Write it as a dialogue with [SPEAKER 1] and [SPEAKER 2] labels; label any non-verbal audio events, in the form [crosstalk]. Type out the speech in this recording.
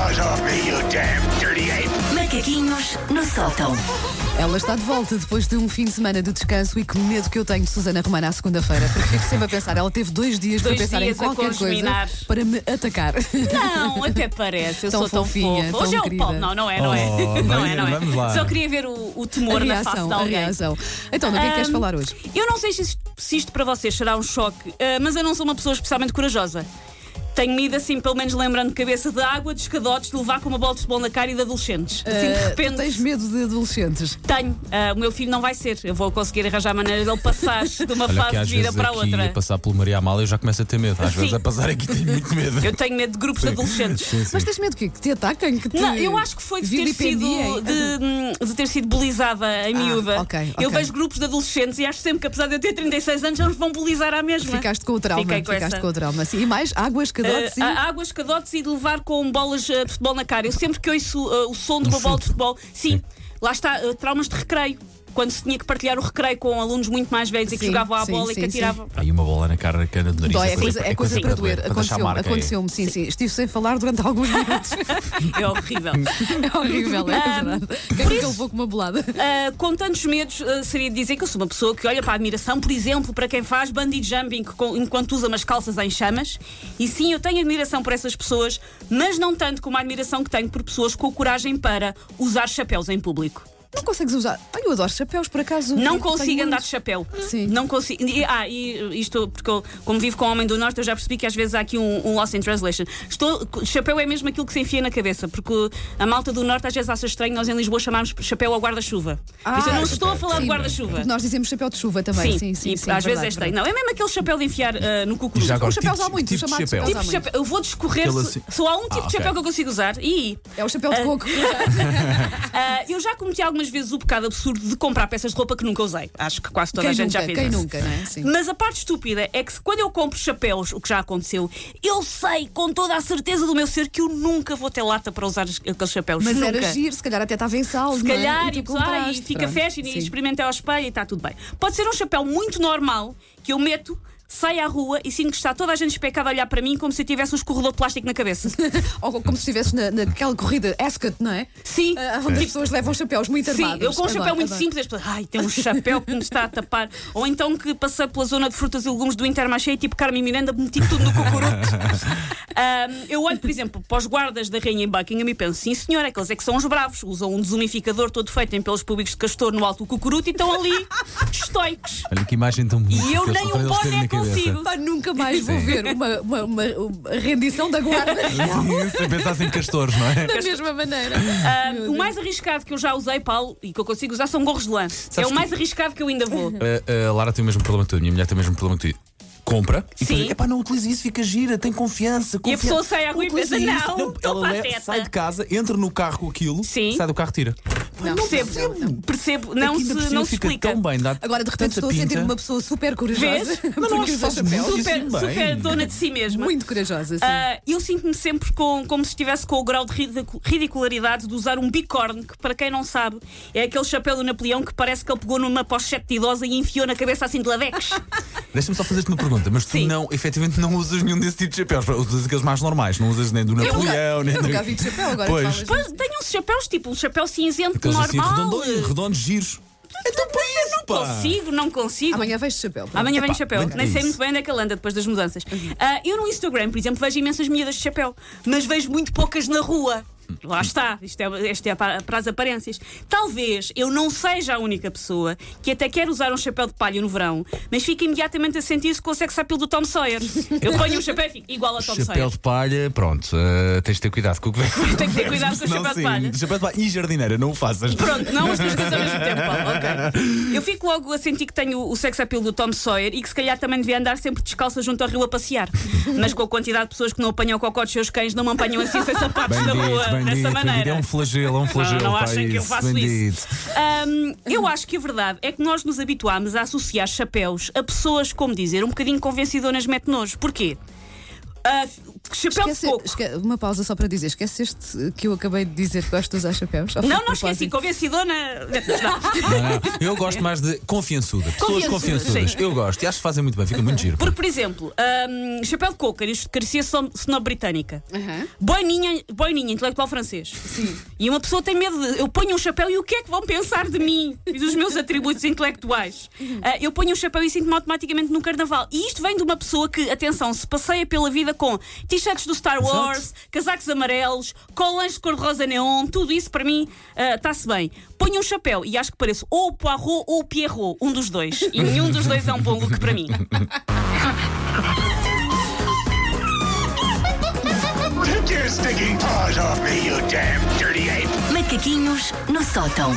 [SPEAKER 1] you damn dirty ape!
[SPEAKER 2] Macaquinhos no sótão.
[SPEAKER 3] Ela está de volta depois de um fim de semana de descanso e que medo que eu tenho de Susana Romana à segunda-feira, porque fico sempre a pensar, ela teve dois dias
[SPEAKER 4] Dois
[SPEAKER 3] para pensar em
[SPEAKER 4] dias a
[SPEAKER 3] qualquer coisa
[SPEAKER 4] congeminar.
[SPEAKER 3] para me atacar.
[SPEAKER 4] Não, até parece. Eu
[SPEAKER 3] Tão
[SPEAKER 4] sou tão
[SPEAKER 3] fofinha,
[SPEAKER 4] fofa.
[SPEAKER 3] tão
[SPEAKER 4] Hoje é o
[SPEAKER 3] querida.
[SPEAKER 4] Paulo. Não, não é, não é.
[SPEAKER 5] Oh,
[SPEAKER 4] não
[SPEAKER 5] vai,
[SPEAKER 4] é, não é.
[SPEAKER 5] vamos lá.
[SPEAKER 4] Só queria ver o, o temor
[SPEAKER 3] a
[SPEAKER 4] na face
[SPEAKER 3] reação,
[SPEAKER 4] de
[SPEAKER 3] a
[SPEAKER 4] alguém.
[SPEAKER 3] reação. Então, do que é que queres
[SPEAKER 4] Ahm,
[SPEAKER 3] falar hoje?
[SPEAKER 4] Eu não sei se isto, se isto para vocês será um choque, ah, mas eu não sou uma pessoa especialmente corajosa. Tenho medo, assim, pelo menos lembrando de cabeça de água, de escadotes, de levar com uma bola de futebol na cara e de adolescentes. Assim, de
[SPEAKER 3] Ah,
[SPEAKER 4] repente.
[SPEAKER 3] tu tens medo de adolescentes.
[SPEAKER 4] Tenho. Ah, o meu filho não vai ser. Eu vou conseguir arranjar maneira de ele passar
[SPEAKER 5] [laughs]
[SPEAKER 4] de uma
[SPEAKER 5] Olha que
[SPEAKER 4] fase
[SPEAKER 5] às
[SPEAKER 4] de vida
[SPEAKER 5] vezes
[SPEAKER 4] para a
[SPEAKER 5] aqui
[SPEAKER 4] outra.
[SPEAKER 5] a passar pelo Maria Amália eu já começo a ter medo. Às
[SPEAKER 4] Sim.
[SPEAKER 5] vezes a passar aqui tenho muito medo.
[SPEAKER 4] Eu tenho medo de grupos de adolescentes.
[SPEAKER 3] Mas tens medo do quê? Que te atacam? Que te Ah,
[SPEAKER 4] Não, eu acho que foi de ter sido
[SPEAKER 3] vilipendiem?
[SPEAKER 4] de, hum, de ter sido bulizada a miúda.
[SPEAKER 3] Ah, ok,
[SPEAKER 4] Eu
[SPEAKER 3] ok.
[SPEAKER 4] vejo grupos de adolescentes e acho sempre que apesar de eu ter 36 anos, eles vão bulizar à mesma.
[SPEAKER 3] Ficaste com o trauma,
[SPEAKER 4] Fiquei com
[SPEAKER 3] ficaste
[SPEAKER 4] essa.
[SPEAKER 3] com o trauma. Sim, e mais águas, cadotes
[SPEAKER 4] Uh, há águas, cadotes e de levar com bolas uh, de futebol na cara. Eu sempre que ouço uh, o som
[SPEAKER 3] Um
[SPEAKER 4] de uma bola de futebol, sim, lá está, uh, traumas de recreio. Quando se tinha que partilhar o recreio com alunos muito mais velhos e que
[SPEAKER 3] Sim,
[SPEAKER 4] jogavam à
[SPEAKER 3] sim,
[SPEAKER 4] bola e
[SPEAKER 3] sim,
[SPEAKER 4] que
[SPEAKER 3] sim.
[SPEAKER 4] atiravam.
[SPEAKER 5] Tá Aí uma bola na cara, cara do
[SPEAKER 3] e
[SPEAKER 5] nariz.
[SPEAKER 3] dói, é coisa, é coisa para doer.
[SPEAKER 5] para deixar
[SPEAKER 3] Aconteceu-me,
[SPEAKER 5] marca é aí.
[SPEAKER 3] aconteceu-me, sim, sim. Estive sem falar durante
[SPEAKER 4] [laughs]
[SPEAKER 3] alguns minutos.
[SPEAKER 4] É horrível.
[SPEAKER 3] [laughs] é horrível, é
[SPEAKER 4] Ah,
[SPEAKER 3] verdade. Quero que eu vou com uma bolada.
[SPEAKER 4] Uh, com tantos medos, uh, seria dizer que eu sou uma pessoa que olha para a admiração, por exemplo, para quem faz bungee jumping com- enquanto usa umas calças em chamas. E sim, eu tenho admiração por essas pessoas, mas não tanto como a admiração que tenho por pessoas com coragem para usar chapéus em público.
[SPEAKER 3] Não consegues usar. Ai, eu adoro chapéus, por acaso.
[SPEAKER 4] Não
[SPEAKER 3] Eu
[SPEAKER 4] consigo
[SPEAKER 3] tenho
[SPEAKER 4] andar
[SPEAKER 3] muito.
[SPEAKER 4] de chapéu.
[SPEAKER 3] Sim.
[SPEAKER 4] Não consigo. e- ah, e isto, porque eu, como vivo com um homem do Norte, eu já percebi que às vezes há aqui um, um loss in translation. Estou, chapéu é mesmo aquilo que se enfia na cabeça, porque a malta do Norte às vezes acha estranho nós em Lisboa chamarmos chapéu ao guarda-chuva. Por isso eu
[SPEAKER 3] Ah,
[SPEAKER 4] não estou a falar
[SPEAKER 3] Sim,
[SPEAKER 4] de guarda-chuva.
[SPEAKER 3] Nós dizemos chapéu de chuva também. Sim, sim,
[SPEAKER 4] e
[SPEAKER 3] sim,
[SPEAKER 4] às vezes
[SPEAKER 3] verdade,
[SPEAKER 4] é estranho.
[SPEAKER 3] verdade.
[SPEAKER 4] Não, é mesmo aquele chapéu de enfiar ah, no cucu.
[SPEAKER 5] Já agora,
[SPEAKER 3] Os chapéus há
[SPEAKER 5] tipos-
[SPEAKER 3] muitos,
[SPEAKER 5] tipos de
[SPEAKER 3] chamados
[SPEAKER 5] chapéu.
[SPEAKER 3] chapéus há
[SPEAKER 4] Tipo de chapéu. Eu vou descorrer.
[SPEAKER 5] Aquele
[SPEAKER 4] se-
[SPEAKER 5] assim-
[SPEAKER 4] Só há um tipo
[SPEAKER 5] Ah,
[SPEAKER 4] de
[SPEAKER 5] ok.
[SPEAKER 4] chapéu que eu consigo usar. E
[SPEAKER 3] É o chapéu de coco.
[SPEAKER 4] ah, eu já cometi algumas vezes o pecado absurdo de comprar peças de roupa que nunca usei. Acho que quase toda
[SPEAKER 3] Quem
[SPEAKER 4] a gente
[SPEAKER 3] nunca,
[SPEAKER 4] já fez
[SPEAKER 3] quem
[SPEAKER 4] isso.
[SPEAKER 3] nunca, não é? Sim.
[SPEAKER 4] Mas a parte estúpida é que se- quando eu compro chapéus, o que já aconteceu, eu sei com toda a certeza do meu ser que eu nunca vou ter lata para usar os- aqueles chapéus.
[SPEAKER 3] Mas
[SPEAKER 4] nunca.
[SPEAKER 3] era giro, se calhar até estava em saldo.
[SPEAKER 4] Se
[SPEAKER 3] não é?
[SPEAKER 4] calhar,
[SPEAKER 3] E tu
[SPEAKER 4] e, pessoal, ai,
[SPEAKER 3] compraste,
[SPEAKER 4] fica
[SPEAKER 3] pronto.
[SPEAKER 4] fashion e
[SPEAKER 3] Sim.
[SPEAKER 4] experimenta ao espelho e está tudo bem. Pode ser um chapéu muito normal que eu meto. Saio à rua e sinto que está toda a gente especada a olhar para mim como se eu tivesse um escorredor de plástico
[SPEAKER 3] [laughs]
[SPEAKER 4] na cabeça.
[SPEAKER 3] [laughs] Ou como se estivesses na, naquela corrida Ascot, não é?
[SPEAKER 4] Sim. tipo,
[SPEAKER 3] Ah, onde as pessoas levam chapéus muito
[SPEAKER 4] Sim,
[SPEAKER 3] armados.
[SPEAKER 4] eu com um chapéu
[SPEAKER 3] Adoro,
[SPEAKER 4] muito
[SPEAKER 3] adoro.
[SPEAKER 4] simples, as pessoas, ai, tem um chapéu que me está a
[SPEAKER 5] [laughs]
[SPEAKER 4] tapar. Ou então que passei pela zona de frutas e legumes do Intermarché e tipo Carmen Miranda, meti tudo no
[SPEAKER 5] [laughs]
[SPEAKER 4] cocoruto. Ahm, eu olho, por exemplo, para os guardas da Rainha em Buckingham e penso, sim senhor, aqueles é que são os bravos, usam um desumificador todo feito em pelos públicos de castor no alto do cocoruto e estão
[SPEAKER 5] [laughs]
[SPEAKER 4] ali estoicos.
[SPEAKER 5] Olha que imagem tão bonita.
[SPEAKER 4] E eu
[SPEAKER 5] que eles
[SPEAKER 4] nem
[SPEAKER 5] são
[SPEAKER 4] um
[SPEAKER 5] para eles terem
[SPEAKER 4] boné
[SPEAKER 5] na cabeça.
[SPEAKER 4] consigo.
[SPEAKER 3] Pá, nunca mais
[SPEAKER 5] [laughs]
[SPEAKER 3] vou ver uma, uma- uma- uma rendição da guarda [laughs]
[SPEAKER 5] Sim, Sem pensar em castores, não
[SPEAKER 4] [laughs]
[SPEAKER 5] é?
[SPEAKER 3] da mesma maneira.
[SPEAKER 4] Ah, o mais arriscado que eu já usei, Paulo, e que eu consigo usar são gorros de lã. é o
[SPEAKER 5] que-
[SPEAKER 4] mais arriscado que eu ainda vou.
[SPEAKER 5] A, a Eh, Lara tem o mesmo problema que tu, a minha mulher tem o mesmo problema que tu. Compra
[SPEAKER 4] Sim.
[SPEAKER 5] e depois, é, epá, não utiliza isso, fica gira, tem confiança.
[SPEAKER 4] E a
[SPEAKER 5] confiança.
[SPEAKER 4] pessoa sai à rua e
[SPEAKER 5] Utiliza
[SPEAKER 4] pensa,
[SPEAKER 5] isso.
[SPEAKER 4] não, tô
[SPEAKER 5] ela leva-
[SPEAKER 4] pateta.
[SPEAKER 5] sai de casa, entra no carro com aquilo,
[SPEAKER 4] Sim.
[SPEAKER 5] sai do carro e tira.
[SPEAKER 3] Não,
[SPEAKER 4] percebo, percebo, não
[SPEAKER 5] Aqui ainda por
[SPEAKER 4] se,
[SPEAKER 5] cima
[SPEAKER 4] não se
[SPEAKER 5] fica
[SPEAKER 4] explica.
[SPEAKER 5] tão bem, dá
[SPEAKER 3] Agora de repente
[SPEAKER 5] tanta
[SPEAKER 3] estou a sentir
[SPEAKER 5] pinta.
[SPEAKER 3] uma pessoa super corajosa. [laughs]
[SPEAKER 4] Vês? Mas
[SPEAKER 3] porque
[SPEAKER 5] nós
[SPEAKER 3] usa
[SPEAKER 5] fazemos
[SPEAKER 3] chapéus.
[SPEAKER 5] muito.
[SPEAKER 4] super,
[SPEAKER 5] Sim, bem.
[SPEAKER 4] super dona de si mesma.
[SPEAKER 3] Muito corajosa, sim.
[SPEAKER 4] Ah, eu sinto-me sempre com, como se estivesse com o grau de ridicu- ridicularidade de usar um bicorne, que para quem não sabe, é aquele chapéu do Napoleão que parece que ele pegou numa pochete de idosa e enfiou na cabeça assim de
[SPEAKER 5] [laughs]
[SPEAKER 4] ladex.
[SPEAKER 5] Deixa-me só fazer-te uma pergunta, mas tu
[SPEAKER 4] Sim.
[SPEAKER 5] não, efetivamente não usas nenhum desse tipo de chapéus, usas aqueles mais normais, não usas nem do
[SPEAKER 3] nunca-
[SPEAKER 5] Napoleão, nem
[SPEAKER 3] eu
[SPEAKER 5] do-
[SPEAKER 3] nunca vi de chapéu, agora
[SPEAKER 5] Pois.
[SPEAKER 3] falas.
[SPEAKER 4] Pois, Tenham uns chapéus tipo um chapéu cinzento
[SPEAKER 5] Aqueles assim
[SPEAKER 4] normal.
[SPEAKER 5] redondinhos, redondos, giros. Então por isso,
[SPEAKER 4] não consigo, não consigo.
[SPEAKER 3] Amanhã vejo de chapéu. pronto.
[SPEAKER 4] Amanhã vem
[SPEAKER 5] Epá,
[SPEAKER 4] de chapéu.
[SPEAKER 5] muito
[SPEAKER 4] Nem sei
[SPEAKER 5] isso.
[SPEAKER 4] muito bem onde é que ele anda depois das mudanças. Ah, eu no Instagram, por exemplo, vejo imensas miúdas de chapéu, mas vejo muito poucas na rua.
[SPEAKER 5] Hum.
[SPEAKER 4] Lá está, isto é, isto é para, para as aparências. Talvez eu não seja a única pessoa que até quer usar um chapéu de palha no verão, mas fica imediatamente a sentir-se com o sex appeal do Tom Sawyer. Eu ponho um chapéu e fico igual a Tom
[SPEAKER 5] Chapéu
[SPEAKER 4] Sawyer.
[SPEAKER 5] de palha, pronto, eh, tens de ter cuidado com o que vem.
[SPEAKER 4] Tem que ter cuidado com o
[SPEAKER 5] Não,
[SPEAKER 4] chapéu de
[SPEAKER 5] sim,
[SPEAKER 4] palha.
[SPEAKER 5] Chapéu de palha e jardineira, não o faças.
[SPEAKER 4] Pronto, não as duas coisas ao mesmo tempo, Paulo. Ok. Eu fico logo a sentir que tenho o sex appeal do Tom Sawyer e que se calhar também devia andar sempre descalça junto ao rio a passear. Mas com a quantidade de pessoas que não apanham o cocó dos seus cães, não me apanham assim sem sapatos
[SPEAKER 5] Bem
[SPEAKER 4] na
[SPEAKER 5] dito,
[SPEAKER 4] rua
[SPEAKER 5] bem
[SPEAKER 4] dessa
[SPEAKER 5] dito,
[SPEAKER 4] maneira.
[SPEAKER 5] bem dito. É um flagelo, é um flagelo.
[SPEAKER 4] não
[SPEAKER 5] pá,
[SPEAKER 4] achem que eu
[SPEAKER 5] isso,
[SPEAKER 4] faço
[SPEAKER 5] bem
[SPEAKER 4] isso.
[SPEAKER 5] dito.
[SPEAKER 4] Hum, eu acho que a verdade é que nós nos habituámos a associar chapéus a pessoas, como dizer, um bocadinho convencedoras mete nojo. Porquê? Ah, Chapéu
[SPEAKER 3] Esquece,
[SPEAKER 4] de coco.
[SPEAKER 3] esque- uma pausa só para dizer, esqueceste que eu acabei de dizer que gosto de usar chapéus? Só foi
[SPEAKER 4] Não,
[SPEAKER 3] de
[SPEAKER 4] não esqueci,
[SPEAKER 3] propósito.
[SPEAKER 4] convencidona.
[SPEAKER 5] Não, não. Eu
[SPEAKER 4] [laughs]
[SPEAKER 5] gosto mais de confiançuda. Pessoas
[SPEAKER 4] Confiançudas,
[SPEAKER 5] confiançudas.
[SPEAKER 4] sim.
[SPEAKER 5] Eu gosto. E acho que fazem muito bem. Fica muito
[SPEAKER 4] [laughs]
[SPEAKER 5] giro.
[SPEAKER 4] Porque, por exemplo, hum, chapéu de coco, aristocracia son- snob-britânica.
[SPEAKER 3] Aham.
[SPEAKER 4] Boininha, boininha, intelectual francês.
[SPEAKER 3] Sim.
[SPEAKER 4] E uma pessoa tem medo de. Eu ponho um chapéu e o que é que vão pensar de mim? E dos meus atributos intelectuais.
[SPEAKER 3] Uhum.
[SPEAKER 4] Ah, eu ponho um chapéu e sinto-me automaticamente no carnaval. E isto vem de uma pessoa que, atenção, se passeia pela vida com t-shirts do Star Wars, casacos amarelos, colãs de cor-de-rosa neon, tudo isso para mim está-se bem. Ponho um chapéu e acho que pareço ou o Poirot ou o Pierrot, um dos dois. E nenhum dos dois é um bom look para mim.
[SPEAKER 1] Take your stinking paws off me, you damn dirty ape!
[SPEAKER 2] Macaquinhos no sótão.